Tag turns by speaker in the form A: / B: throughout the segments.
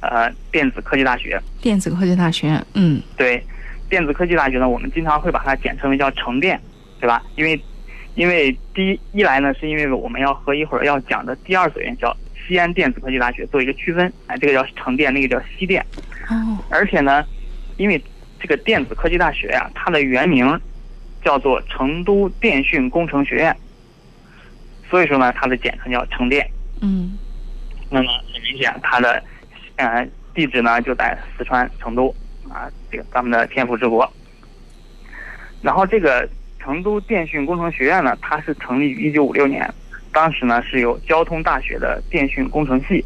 A: 呃电子科技大学。
B: 电子科技大学，嗯
A: 对，电子科技大学呢，我们经常会把它简称为叫成电，对吧？因为，因为第一一来呢，是因为我们要和一会儿要讲的第二所院校西安电子科技大学做一个区分，哎，这个叫成电，那个叫西电。
B: 哦
A: 而且呢，因为这个电子科技大学呀、它的原名叫做成都电讯工程学院，所以说呢，它的简称叫成电。
B: 嗯
A: 那么很明显，它的呃地址呢就在四川成都啊，这个咱们的天府之国。然后这个成都电讯工程学院呢，它是成立于一九五六年，当时呢是由交通大学的电讯工程系，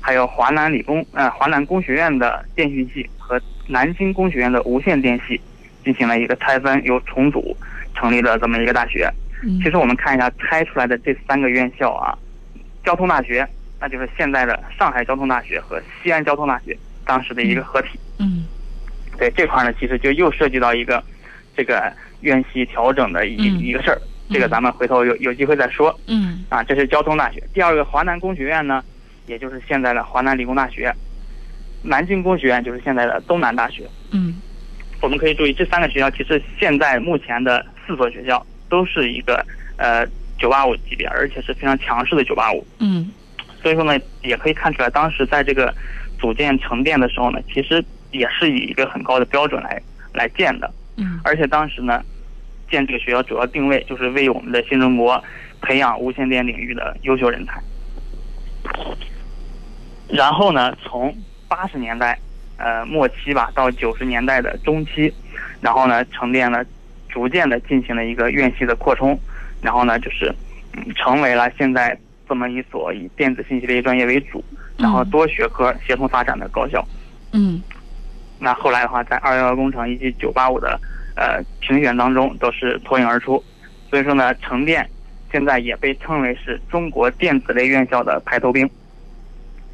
A: 还有华南理工呃华南工学院的电讯系和南京工学院的无线电系进行了一个拆分，由重组成立了这么一个大学。
B: 嗯，
A: 其实我们看一下拆出来的这三个院校啊，交通大学，那就是现在的上海交通大学和西安交通大学当时的一个合体。
B: 嗯
A: 对这块呢，其实就又涉及到一个这个院系调整的一、
B: 嗯
A: 一个事儿，
B: 嗯
A: 这个咱们回头有有机会再说
B: 嗯
A: 啊。这是交通大学，第二个华南工学院呢，也就是现在的华南理工大学，南京工学院就是现在的东南大学。
B: 嗯
A: 我们可以注意，这三个学校其实现在目前的四所学校都是一个呃九八五级别，而且是非常强势的九八五。
B: 嗯
A: 所以说呢，也可以看出来，当时在这个组建成电的时候呢，其实也是以一个很高的标准来来建的。
B: 嗯
A: 而且当时呢，建这个学校主要定位就是为我们的新中国培养无线电领域的优秀人才。然后呢，从八十年代呃末期吧，到九十年代的中期，然后呢，成电呢逐渐的进行了一个院系的扩充，然后呢，就是、嗯、成为了现在这么一所以电子信息类专业为主，然后多学科协同发展的高校。
B: 嗯
A: 那后来的话，在二幺幺工程以及九八五的呃评选当中都是脱颖而出，所以说呢，成电现在也被称为是中国电子类院校的排头兵，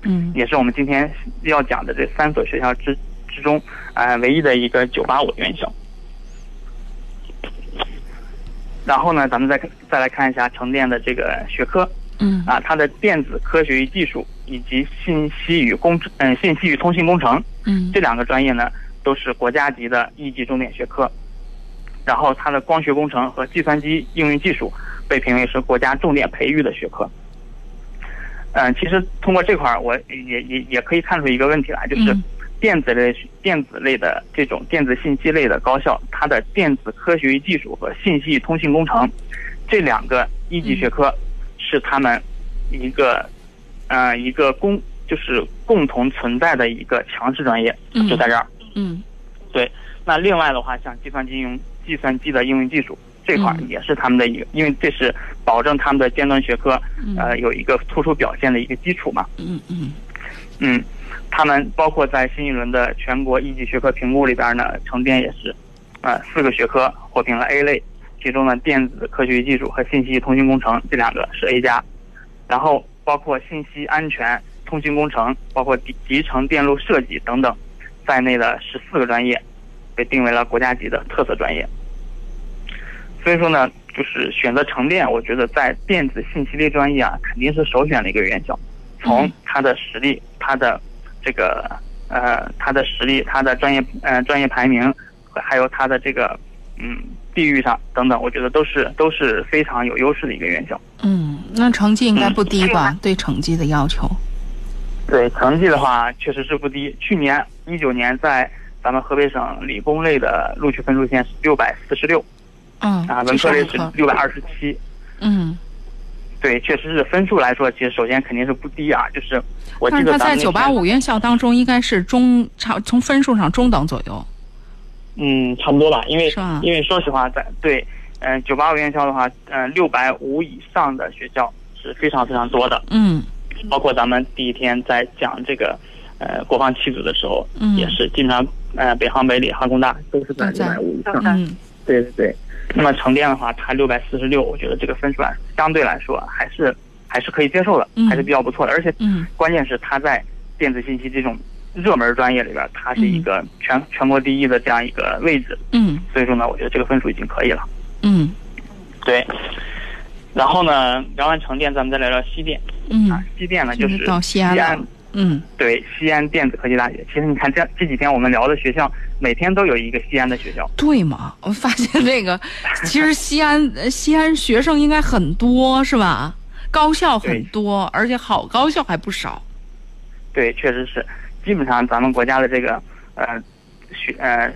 B: 嗯
A: 也是我们今天要讲的这三所学校之之中，呃，唯一的一个九八五院校。然后呢，咱们再看再来看一下成电的这个学科
B: 嗯
A: 啊，它的电子科学与技术以及信息与工程，嗯、信息与通信工程
B: 嗯
A: 这两个专业呢，都是国家级的一级重点学科。然后，它的光学工程和计算机应用技术被评为是国家重点培育的学科。嗯、其实通过这块儿，我也也也可以看出一个问题来，就是
B: 嗯
A: 电子类、电子类的这种电子信息类的高校，它的电子科学与技术和信息与通信工程这两个一级学科是他们一个呃一个共就是共同存在的一个强势专业，
B: 嗯
A: 就在这儿。
B: 嗯
A: 那另外的话，像计算机应用、计算机的应用技术这块儿
B: 嗯
A: 也是他们的一个，因为这是保证他们的尖端学科
B: 嗯
A: 呃有一个突出表现的一个基础嘛。
B: 嗯嗯
A: 嗯，他们包括在新一轮的全国一级学科评估里边呢，成电也是，呃，四个学科获评了 A 类，其中呢，电子科学与技术和信息与通信工程这两个是 A 加，然后包括信息安全、通信工程，包括集集成电路设计等等在内的十四个专业，被定为了国家级的特色专业。所以说呢，就是选择成电，我觉得在电子信息类专业啊，肯定是首选的一个院校。从它的实力、它的这个呃、它的实力、它的专业呃专业排名，还有它的这个嗯地域上等等，我觉得都是都是非常有优势的一个院校。
B: 嗯，那成绩应该不低吧？对成绩的要求，
A: 对成绩的话，确实是不低。去年一九年在咱们河北省理工类的录取分数线是六百四十六
B: 嗯
A: 啊，，文
B: 这
A: 科类
B: 是
A: 是
B: 科，
A: 六百二十七。
B: 嗯，
A: 对，确实是分数来说，其实首先肯定是不低啊。就是我记
B: 但是
A: 得
B: 他
A: 咱
B: 在
A: 们那
B: 九八
A: 天
B: 五院校当中应该是中差，从分数上中等左右，
A: 嗯，差不多吧，因为
B: 是吧
A: 因为说实话，在对，嗯、9九八五院校的话，嗯、6六百五以上的学校是非常非常多的，
B: 嗯
A: 包括咱们第一天在讲这个，呃，国防七组的时候，
B: 嗯
A: 也是经常，呃，北航、北理、航工大都是在
B: 都在
A: 六百五以上。
B: 嗯
A: 对对对。那么成电的话，它六百四十六，我觉得这个分数啊，相对来说还是还是可以接受的，
B: 嗯
A: 还是比较不错的，而且
B: 嗯
A: 关键是它在电子信息这种热门专业里边，它是一个全、全国第一的这样一个位置。
B: 嗯
A: 所以说呢，我觉得这个分数已经可以了。
B: 嗯
A: 对，然后呢，聊完成电，咱们再聊聊西电
B: 嗯，
A: 啊。西电呢，
B: 就
A: 就是是
B: 到西安了，嗯
A: 对西安电子科技大学。其实你看这这几天我们聊的学校，每天都有一个西安的学校。
B: 对嘛？ 我发现这个，其实西安呃西安学生应该很多是吧？高校很多，而且好高校还不少。
A: 对，确实是，基本上咱们国家的这个呃学呃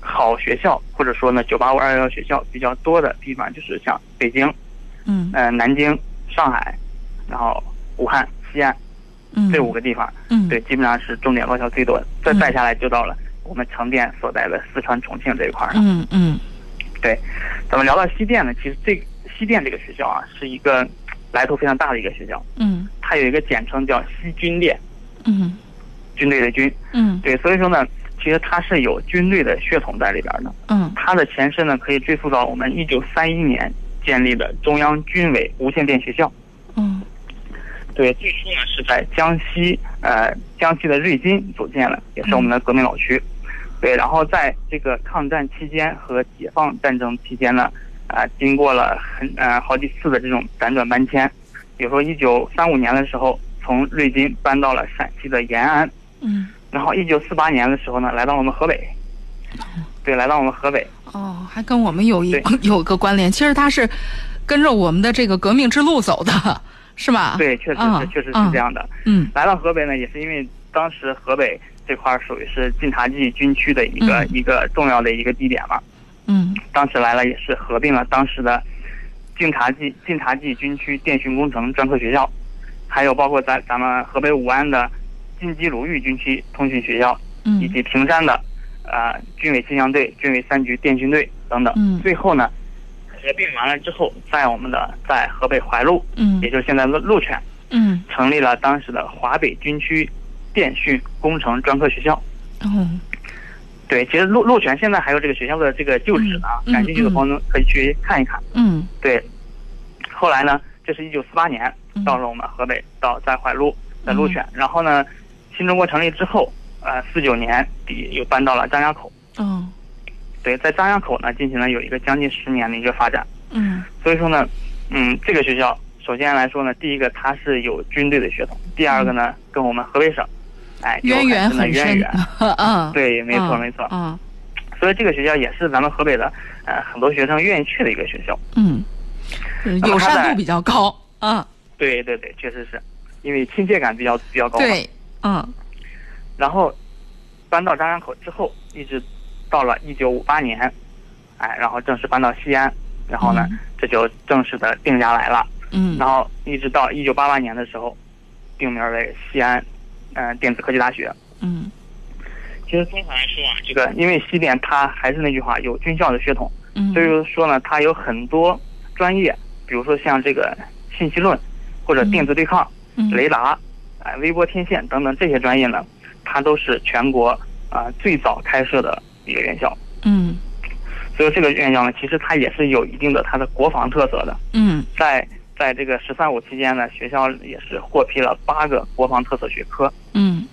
A: 好学校，或者说呢九八五二幺幺学校比较多的地方，就是像北京、
B: 嗯
A: 呃南京、上海，然后武汉、西安
B: 嗯，
A: 这五个地方，
B: 嗯
A: 对，基本上是重点高校最多的。再
B: 嗯
A: 再下来就到了我们成电所在的四川、重庆这一块儿了。
B: 嗯嗯
A: 咱们聊到西电呢，其实这个西电这个学校啊，是一个来头非常大的一个学校，
B: 嗯
A: 它有一个简称叫西军列，
B: 嗯
A: 军队的军。
B: 嗯
A: 对，所以说呢，其实它是有军队的血统在里边的。
B: 嗯
A: 它的前身呢，可以追溯到我们一九三一年建立的中央军委无线电学校。
B: 嗯
A: 对，最初呢是在江西，呃，江西的瑞金组建了，也是我们的革命老区。对，然后在这个抗战期间和解放战争期间呢，啊、经过了很呃好几次的这种辗转搬迁，比如说一九三五年的时候，从瑞金搬到了陕西的延安，
B: 嗯
A: 然后一九四八年的时候呢，来到我们河北，对，来到我们河北，
B: 哦，还跟我们有一
A: 对
B: 有个关联。其实他是跟着我们的这个革命之路走的，是吧？，
A: 对，确实
B: 啊
A: 是，确实
B: 啊
A: 是这样的。
B: 嗯
A: 来到河北呢，也是因为当时河北这块儿属于是晋察冀军区的一个、
B: 嗯
A: 一个重要的一个地点嘛。
B: 嗯
A: 当时来了也是合并了当时的晋察冀晋察冀军区电讯工程专科学校，还有包括咱咱们河北武安的晋冀鲁豫军区通讯学校，以
B: 嗯
A: 及平山的呃军委气象队、军委三局电讯队等等。
B: 嗯
A: 最后呢，合并完了之后，在我们的在河北怀路，
B: 嗯
A: 也就是现在的鹿泉，
B: 嗯
A: 成立了当时的华北军区电讯工程专科学校。
B: 哦
A: 对，其实鹿鹿泉现在还有这个学校的这个旧址呢，
B: 嗯嗯
A: 感兴趣的朋友可以去看一看。
B: 嗯
A: 对，后来呢，这是一九四八年
B: 嗯
A: 到了我们河北，到在怀路，在鹿泉，然后呢，新中国成立之后，呃，四九年底又搬到了张家口。
B: 哦
A: 对，在张家口呢，进行了有一个将近十年的一个发展。
B: 嗯
A: 所以说呢，嗯，这个学校首先来说呢，第一个它是有军队的血统，第二个呢，跟我们河北省，哎，有
B: 嗯渊源
A: 深的
B: 很
A: 渊
B: 深
A: 源。，
B: 嗯，
A: 对，没错
B: 嗯
A: 没错。
B: 嗯
A: 所以这个学校也是咱们河北的，呃，很多学生愿意去的一个学校。
B: 嗯，
A: 那
B: 友
A: 么他
B: 善
A: 在哦
B: 度比较高，嗯，
A: 对对对，确实是，因为亲切感比较比较高嘛。
B: 对，嗯
A: 然后搬到张家口之后，一直到了一九五八年，哎，然后正式搬到西安，然后呢，这就正式的定下来了。
B: 嗯
A: 然后一直到一九八八年的时候，定名为西安，呃，电子科技大学。
B: 嗯
A: 其实综合来说啊，这个因为西电它还是那句话，有军校的血统，
B: 嗯，
A: 所以说呢，它有很多专业，比如说像这个信息论，或者电子对抗、
B: 嗯
A: 雷达、哎、微波天线等等这些专业呢，它都是全国啊、最早开设的一个院校。
B: 嗯
A: 所以这个院校呢，其实它也是有一定的它的国防特色的。
B: 嗯
A: 在在这个“十三五”期间呢，学校也是获批了八个国防特色学科。
B: 嗯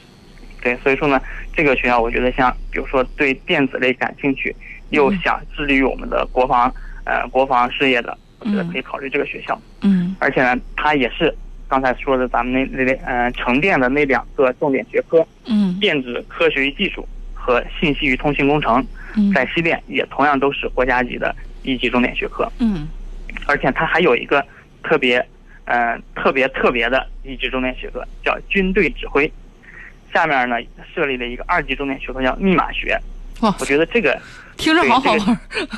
A: 对，所以说呢，这个学校我觉得像，比如说对电子类感兴趣，又
B: 嗯
A: 想致力于我们的国防呃国防事业的，我觉得
B: 嗯
A: 可以考虑这个学校。
B: 嗯
A: 而且呢，它也是刚才说的咱们那那呃成电的那两个重点学科——
B: 嗯
A: 电子科学与技术和信息与通信工程，
B: 嗯
A: 在西电也同样都是国家级的一级重点学科。
B: 嗯
A: 而且它还有一个特别，呃，特别特别的一级重点学科，叫军队指挥。下面呢，设立了一个二级重点学科，叫密码学。
B: 哇
A: 我，觉得这个
B: 听着好好玩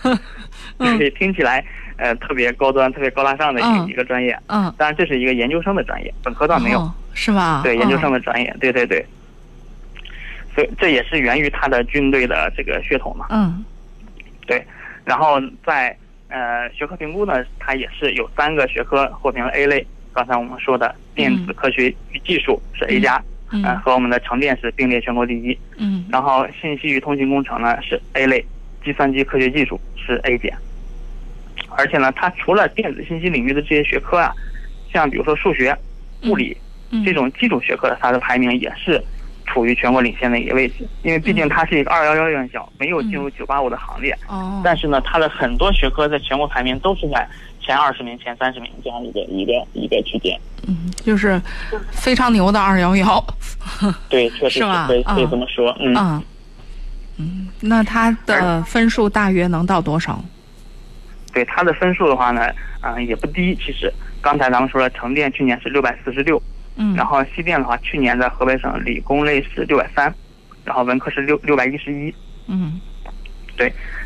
B: 儿， 嗯
A: 对听起来，呃，特别高端、特别高大上的一个
B: 嗯
A: 一个专业。
B: 嗯，
A: 当然，这是一个研究生的专业，本科倒没有。
B: 哦是吧？
A: 对，研究生的
B: 哦
A: 专业，对对对。所以这也是源于他的军队的这个血统嘛。
B: 嗯
A: 然后在呃学科评估呢，它也是有三个学科获评了 A 类。刚才我们说的电子科学与技术是 A 加，呃
B: 嗯
A: 和我们的成电是并列全国第一。
B: 嗯
A: 然后信息与通信工程呢是 A 类，计算机科学技术是 A 减。而且呢，它除了电子信息领域的这些学科啊，像比如说数学、物理
B: 嗯
A: 这种基础学科，它的排名也是处于全国领先的一个位置，因为毕
B: 嗯
A: 竟它是一个二幺幺院校，没有进入九八五的行列。
B: 哦，
A: 但是呢，它的很多学科在全国排名都是在前二十名、前三十名这样一个一个一个区间。
B: 嗯，就是非常牛的二幺幺。
A: 对，确实
B: 是吧
A: 可以
B: 啊
A: 可以这么说。 嗯，
B: 啊，嗯，那他的分数大约能到多少？
A: 对它的分数的话呢，啊、也不低。其实刚才咱们说了，成电去年是六百四十六，
B: 嗯，
A: 然后西电的话，去年在河北省理工类是六百三，然后文科是六六百一十一。
B: 嗯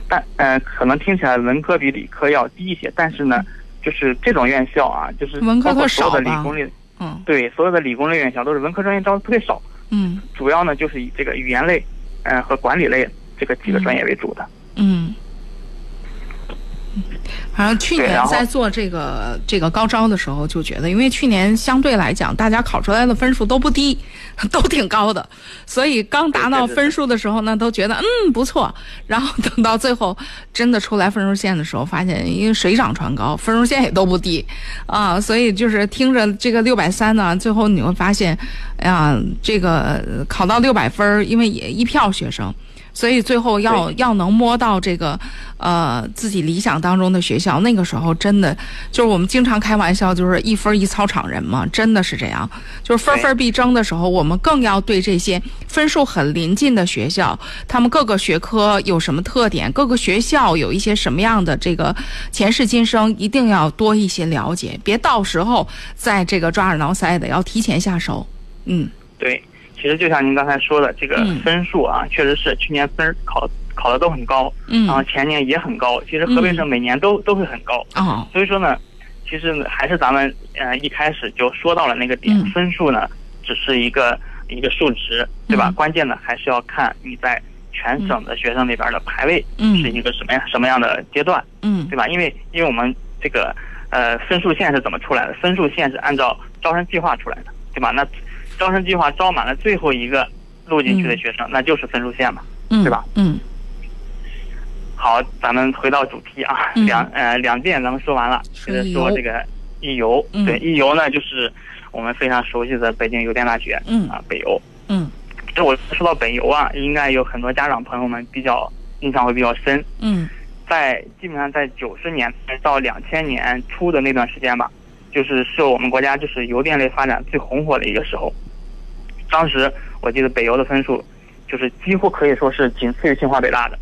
A: 但呃，可能听起来文科比理科要低一些，但是呢，就是这种院校啊，就是
B: 嗯文科
A: 包括
B: 特
A: 所有的
B: 少吧
A: 理工类，
B: 嗯
A: 对所有的理工类院校都是文科专业招的特别少，
B: 嗯
A: 主要呢就是以这个语言类，呃和管理类这个几个专业为主的。
B: 嗯。反正去
A: 对
B: 年
A: 然后
B: 在做这个这个高招的时候，就觉得，因为去年相对来讲，大家考出来的分数都不低， 都挺高的，所以刚达到
A: 对对对
B: 分数的时候呢，都觉得嗯不错。然后等到最后真的出来分数线的时候，发现因为水涨船高，分数线也都不低啊，所以就是听着这个六百三呢，最后你会发现，哎呀，这个呃考到六百分儿，因为也一票学生。所以最后要要能摸到这个，呃，自己理想当中的学校，那个时候真的就是我们经常开玩笑，就是一分一操场人嘛，真的是这样。就是分分必争的时候，我们更要对这些分数很临近的学校，他们各个学科有什么特点，各个学校有一些什么样的这个前世今生，一定要多一些了解，别到时候在这个抓耳挠腮的，要提前下手。嗯
A: 对，其实就像您刚才说的，这个
B: 嗯
A: 分数啊，确实是去年分儿考考的都很高，
B: 嗯
A: 然后前年也很高，其实河北省每年都、都会很高。
B: 哦
A: 所以说呢，其实呢还是咱们呃一开始就说到了那个点，
B: 嗯
A: 分数呢只是一个一个数值，对吧？
B: 嗯
A: 关键呢还是要看你在全省的学生里边的排位
B: 嗯
A: 是一个什么样、什么样的阶段，
B: 嗯
A: 对吧？因为因为我们这个呃分数线是怎么出来的？分数线是按照招生计划出来的，对吧？那招生计划招满了最后一个录进去的学生，那就是分数线嘛。
B: 嗯，
A: 对吧？
B: 嗯
A: 好，咱们回到主题啊，
B: 嗯
A: 两呃两件咱们说完了，
B: 说
A: 就是
B: 一
A: 说
B: 游
A: 这个一游，
B: 嗯
A: 对一游呢就是我们非常熟悉的北京邮电大学
B: 嗯
A: 啊北邮。
B: 嗯
A: 这我说到北邮啊，应该有很多家长朋友们比较印象会比较深，
B: 嗯
A: 在基本上在九十年代到两千年初的那段时间吧，就是是我们国家就是邮电类发展最红火的一个时候。当时我记得北邮的分数就是几乎可以说是仅次于清华北大的。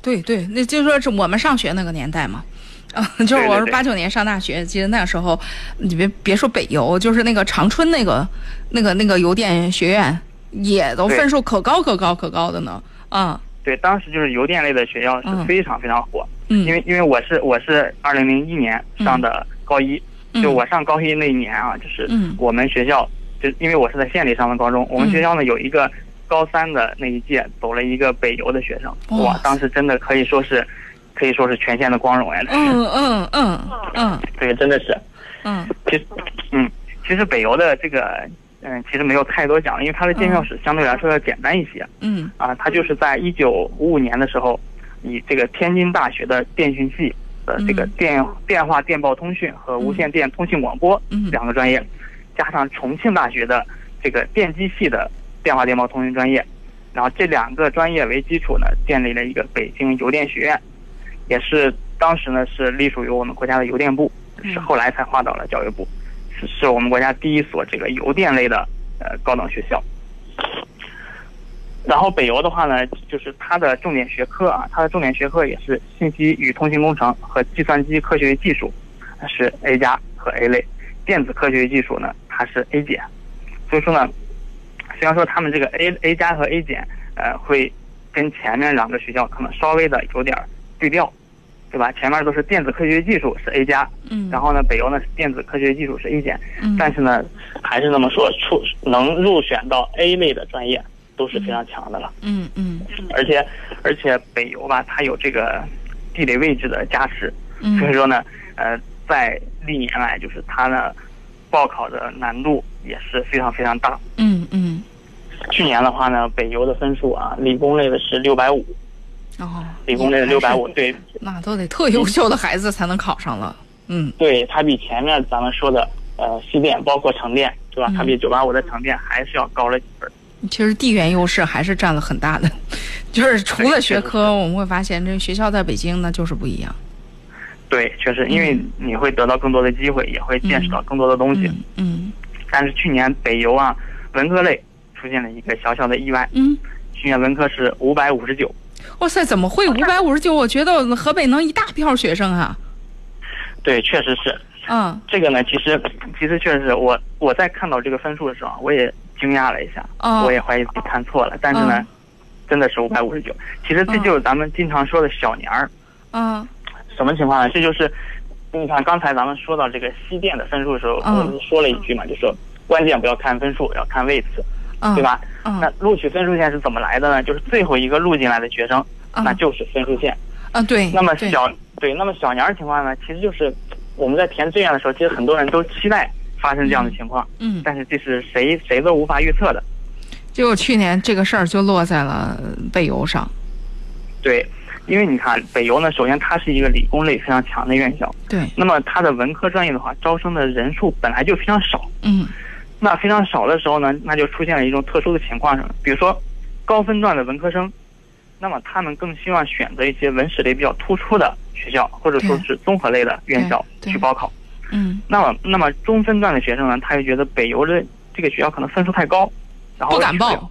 B: 对对，那就说是我们上学那个年代嘛。 啊，就是我
A: 对
B: 是
A: 对
B: 八九年上大学，记得那时候，你别别说北邮，就是那个长春那个、那个、那个邮电学院，也都
A: 对
B: 分数可高可高可高的呢。啊，
A: 对，当时就是邮电类的学校是
B: 嗯
A: 非常非常火，
B: 嗯，
A: 因为因为我是我是二零零一年上的高一，
B: 嗯
A: 就我上高一那一年啊，就是
B: 嗯
A: 我们学校，就因为我是在县里上的高中，我们
B: 嗯
A: 学校呢有一个高三的那一届走了一个北邮的学生，
B: 哇
A: 哇
B: 塞，
A: 当时真的可以说是，可以说是全县的光荣呀，
B: 嗯嗯嗯嗯
A: 这个真的是，
B: 嗯
A: 其实嗯，其实北邮的这个嗯，其实没有太多讲，因为它的建校史相对来说要简单一些，
B: 嗯
A: 啊，他就是在一九五五年的时候，以这个天津大学的电讯系的这个
B: 嗯
A: 电、电话电报通讯和无线电通信广播
B: 嗯
A: 两个专业，加上重庆大学的这个电机系的电话电报通讯专业，然后这两个专业为基础呢，建立了一个北京邮电学院，也是当时呢是隶属于我们国家的邮电部，是
B: 嗯
A: 后来才划到了教育部，是是我们国家第一所这个邮电类的呃高等学校。然后北邮的话呢，就是它的重点学科啊，它的重点学科也是信息与通信工程和计算机科学与技术，是 A 加和 A 类；电子科学与技术呢，它是 A 减。所以说呢，虽然说他们这个 A A 加和 A 减，呃，会跟前面两个学校可能稍微的有点儿对调，对吧？前面都是电子科学与技术是 A 加，
B: 嗯，
A: 然后呢，北邮呢是电子科学与技术是 A 减，
B: 嗯
A: 但是呢，还是那么说，出能入选到 A 类的专业都是非常强的了。
B: 嗯嗯
A: 而且而且北邮吧，它有这个地理位置的加持，
B: 嗯
A: 所以说呢，呃，在历年来就是它呢报考的难度也是非常非常大。
B: 嗯嗯，
A: 去年的话呢，北邮的分数啊，理工类的是六百五，
B: 哦，
A: 理工类的六百五，，对
B: 那都得特优秀的孩子才能考上了。嗯
A: 对，它比前面
B: 嗯
A: 咱们说的呃西电包括成电，对吧？它比九八五的成电还是要高了几分。
B: 其实地缘优势还是占了很大的， 就是除了学科，我们会发现这学校在北京呢就是不一样。
A: 对，确实，因为你会得到更多的机会，也会见识到更多的东西。
B: 嗯嗯
A: 但是去年北邮啊，文科类出现了一个小小的意外，
B: 嗯，
A: 去年文科是五百五十九，
B: 哇塞，怎么会五百五十九？我觉得河北能一大票学生啊。
A: 对，确实是
B: 嗯
A: 这个呢。其实，其实确实是我我在看到这个分数的时候啊，我也惊讶了一下，
B: 哦，
A: 我也怀疑自己看错了，但是呢，
B: 嗯
A: 真的是五百五十九。其实这就是咱们经常说的小年儿，
B: 嗯
A: 什么情况呢？这就是你看刚才咱们说到这个西电的分数的时候，
B: 嗯
A: 我不是说了一句嘛，就说关键不要看分数，要看位次，
B: 嗯，
A: 对吧？
B: 嗯？
A: 那
B: 嗯
A: 录取分数线是怎么来的呢？就是最后一个录进来的学生，那
B: 嗯
A: 就是分数线。
B: 啊对，
A: 那么
B: 对
A: 小对，那么小年儿情况呢，其实就是我们在填志愿的时候，其实很多人都期待发生这样的情况，
B: 嗯，
A: 但是这是谁谁都无法预测的。
B: 结果去年这个事儿就落在了北邮上。
A: 对，因为你看北邮呢，首先它是一个理工类非常强的院校，
B: 对，
A: 那么它的文科专业的话，招生的人数本来就非常少。
B: 嗯
A: 那非常少的时候呢，那就出现了一种特殊的情况什么，比如说高分段的文科生，那么他们更希望选择一些文史类比较突出的学校，或者说是综合类的院校
B: 对对
A: 去报考。
B: 嗯
A: 那么，那么中分段的学生呢，他就觉得北邮的这个学校可能分数太高，然后
B: 不敢
A: 去
B: 报，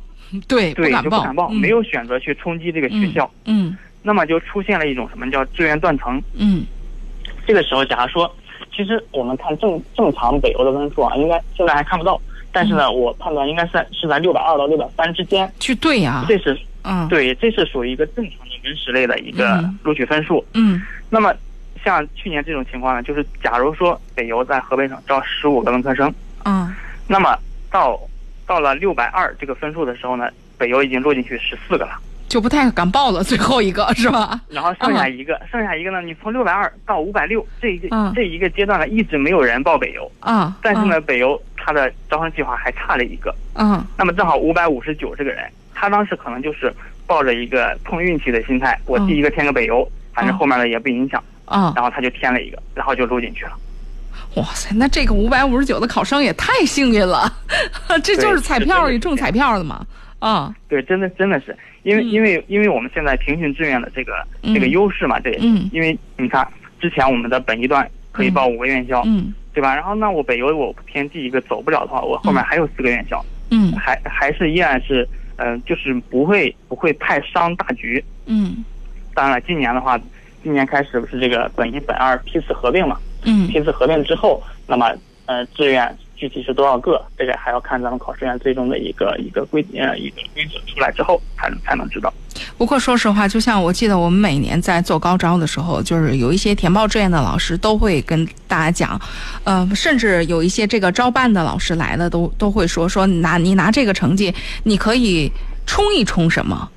B: 对
A: 对，就
B: 敢
A: 不
B: 报，
A: 敢报，
B: 嗯
A: 没有选择去冲击这个学校，
B: 嗯
A: 那么就出现了一种什么叫志愿断层。
B: 嗯
A: 这个时候，假如说，其实我们看正正常北邮的分数啊，应该现在还看不到，但是
B: 嗯
A: 呢，我判断应该是在是在六百二到六百三之间，
B: 去对呀、
A: 这是
B: 嗯
A: 对，这是属于一个正常的文史类的一个
B: 嗯
A: 录取分数。
B: 嗯
A: 那么，像去年这种情况呢，就是假如说北邮在河北省招十五个文科生，
B: 嗯
A: 那么到到了六百二这个分数的时候呢，北邮已经落进去十四个了，
B: 就不太敢报了，最后一个是吧？
A: 然后剩下一个，剩下一个呢，你从六百二到五百六这一个、
B: 嗯
A: 这一个阶段呢，一直没有人报北邮，
B: 啊，
A: 但是呢，北邮它的招生计划还差了一个，
B: 嗯，
A: 那么正好五百五十九这个人，他当时可能就是抱着一个碰运气的心态，我
B: 嗯
A: 第一个填个北邮，反正
B: 嗯
A: 后面的也不影响，
B: 嗯啊，
A: 然后他就填了一个，然后就录进去了。
B: 哇塞，那这个五百五十九的考生也太幸运了， 这就是彩票
A: 对
B: 与中彩票的嘛？啊，
A: 对，真的真的是，因为、
B: 嗯
A: 因为因为我们现在评选志愿的这个、
B: 嗯
A: 这个优势嘛，这也是
B: 嗯
A: 因为你看之前我们的本一段可以报五个院校，
B: 嗯
A: 对吧？然后那我北邮我偏第一个走不了的话，我后面还有四个院校，
B: 嗯
A: 还还是依然是嗯、呃就是不会不会太伤大局。
B: 嗯
A: 当然了，今年的话，今年开始不是这个本一本二批次合并嘛？
B: 嗯
A: 批次合并之后，那么呃志愿具体是多少个，这个还要看咱们考试院最终的一个一个规呃一个规则出来之后才能才能知道。
B: 不过说实话，就像我记得我们每年在做高招的时候，就是有一些填报志愿的老师都会跟大家讲，呃，甚至有一些这个招办的老师来了都都会说说你拿你拿这个成绩，你可以冲一冲什么。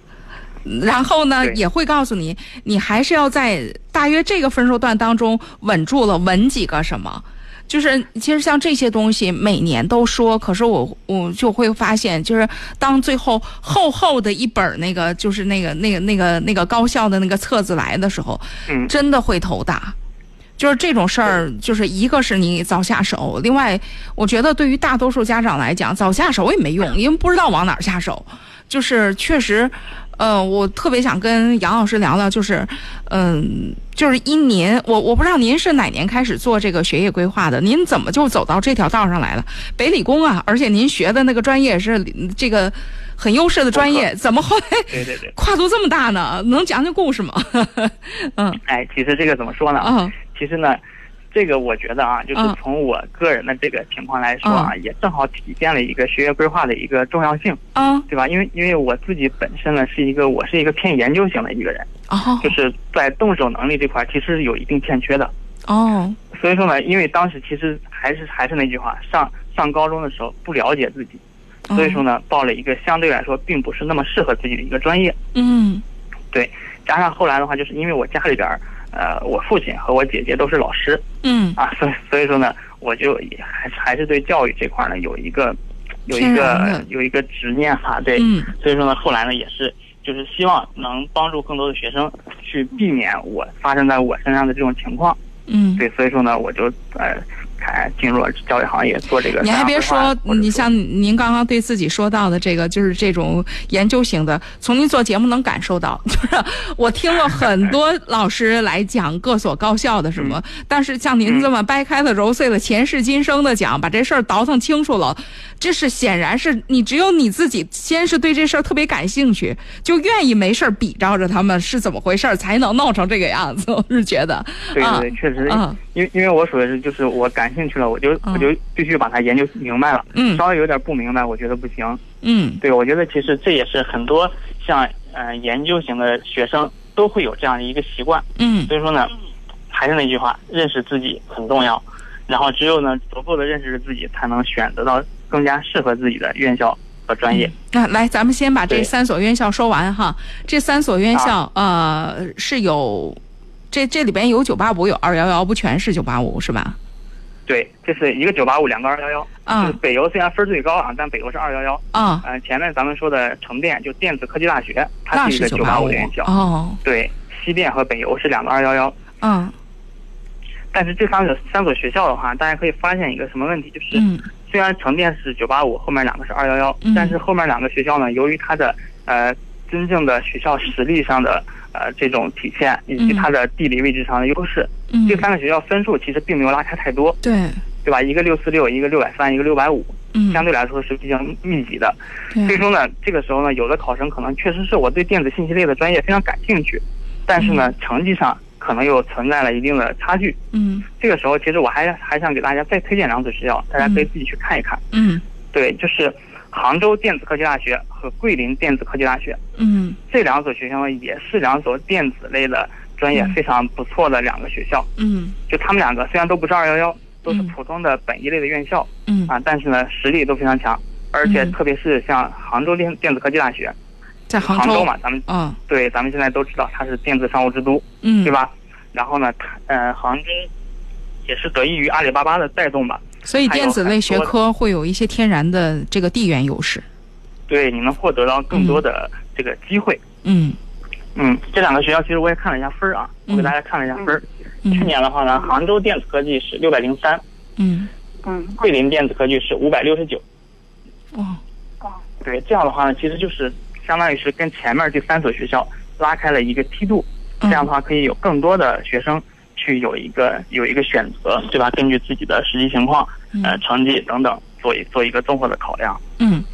B: 然后呢，
A: 对
B: 也会告诉你，你还是要在大约这个分数段当中稳住了，稳几个什么。就是其实像这些东西每年都说，可是我我就会发现，就是当最后厚厚的一本儿那个就是那个那个那个那个高校的那个册子来的时候，
A: 嗯，
B: 真的会头大。就是这种事儿，就是一个是你早下手，另外我觉得对于大多数家长来讲，早下手也没用，因为不知道往哪儿下手。就是确实，呃，我特别想跟杨老师聊聊，就是，嗯、就是一您，我我不知道您是哪年开始做这个学业规划的，您怎么就走到这条道上来了？北理工啊，而且您学的那个专业是嗯这个很优势的专业，怎么后来
A: 对对对，
B: 跨度这么大呢？能讲讲故事吗？ 嗯
A: 哎，其实这个怎么说呢？
B: 啊
A: 其实呢，这个我觉得啊，就是
B: 嗯
A: 从我个人的这个情况来说啊，也正好体现了一个学业规划的一个重要性，
B: 啊
A: 对吧？因为因为我自己本身呢是一个我是一个偏研究型的一个人，
B: 哦
A: 就是在动手能力这块儿其实是有一定欠缺的。
B: 哦
A: 所以说呢，因为当时其实还是还是那句话，上上高中的时候不了解自己，
B: 嗯
A: 所以说呢，报了一个相对来说并不是那么适合自己的一个专业。
B: 嗯
A: 加上后来的话，就是因为我家里边儿，呃，我父亲和我姐姐都是老师
B: 嗯
A: 啊，所以所以说呢，我就也还是还是对教育这块呢有一个有一
B: 天然的
A: 个有一个执念哈，对，
B: 嗯
A: 所以说呢，后来呢也是就是希望能帮助更多的学生去避免我发生在我身上的这种情况。
B: 嗯
A: 对，所以说呢，我就呃才进入了教育行业做这个。
B: 你还别说，你像您刚刚对自己说到的这个，就是这种研究型的，从您做节目能感受到，就是我听过很多老师来讲各所高校的什么，
A: 嗯
B: 但是像您这么掰开了揉碎了前世今生的讲，把这事儿倒腾清楚了，这是显然是你只有你自己先是对这事儿特别感兴趣，就愿意没事儿比照着他们是怎么回事儿，才能弄成这个样子。我是觉得，
A: 对对对，确实，
B: 啊
A: 因为因为我属于是就是我感兴趣了，我就我就必须把它研究明白了。
B: 嗯
A: 稍微有点不明白，我觉得不行。
B: 嗯
A: 对，我觉得其实这也是很多像呃研究型的学生都会有这样的一个习惯。
B: 嗯
A: 所以说呢，还是那句话，认识自己很重要。然后只有呢，逐步的认识自己，才能选择到更加适合自己的院校和专业。
B: 那来，咱们先把这
A: 对
B: 三所院校说完哈。这三所院校，
A: 啊
B: 呃，是有这这里边有九八五，有二幺幺，不全是九八五是吧？
A: 对，这是一个九八五，两个二幺幺。就是
B: 啊
A: 北邮虽然分儿最高啊，但北邮是二幺幺。
B: 啊，
A: 呃，前面咱们说的成电就电子科技大学，它
B: 那
A: 是一
B: 是
A: 个
B: 九
A: 九八
B: 五
A: 五院校。
B: 哦，
A: 对，西电和北邮是两个二幺幺。
B: 嗯
A: 但是这三个三所学校的话，大家可以发现一个什么问题，就是
B: 嗯
A: 虽然成电是九八五，后面两个是二幺幺
B: 嗯，
A: 但是后面两个学校呢，由于它的呃真正的学校实力上的呃这种体现，以及它的地理位置上的优势，
B: 嗯
A: 这，三个学校分数其实并没有拉开太多，
B: 对，
A: 对吧？一个六四六，一个六百三，一个六百五，
B: 嗯
A: 相对来说是比较密集的。所以
B: 对，
A: 说呢，这个时候呢，有的考生可能确实是我对电子信息类的专业非常感兴趣，但是呢，成绩上可能又存在了一定的差距。
B: 嗯
A: 这个时候，其实我还还想给大家再推荐两所学校，大家可以自己去看一看。
B: 嗯
A: 对，就是杭州电子科技大学和桂林电子科技大学
B: 嗯
A: 这两所学校呢，也是两所电子类的专业
B: 嗯
A: 非常不错的两个学校。
B: 嗯
A: 就他们两个虽然都不是二幺幺，都是
B: 嗯
A: 普通的本一类的院校
B: 嗯
A: 啊，但是呢，实力都非常强。而且
B: 嗯
A: 特别是像杭州电电子科技大学，
B: 在杭
A: 杭州
B: 州，
A: 嘛，咱们
B: 啊
A: 对咱们现在都知道它是电子商务之都，
B: 嗯
A: 对，吧？然后呢，它呃，杭州也是得益于阿里巴巴的带动吧，
B: 所以电子类学科会有一些天然的这个地缘优势。
A: 对你能获得到更多的这个机会。
B: 嗯
A: 嗯，这两个学校其实我也看了一下分儿啊，
B: 嗯
A: 我给大家看了一下分儿。去
B: 嗯
A: 年的话呢，杭州电子科技是六百零三，
B: 嗯，
C: 嗯
A: 桂林电子科技是五百六十九。
B: 哇，
A: 对，这样的话呢，其实就是相当于是跟前面这三所学校拉开了一个梯度，这
B: 嗯
A: 样的话可以有更多的学生去有一个有一个选择，对吧？根据自己的实际情况、呃
B: 嗯
A: 呃成绩等等，做一做一个综合的考量。
B: 嗯，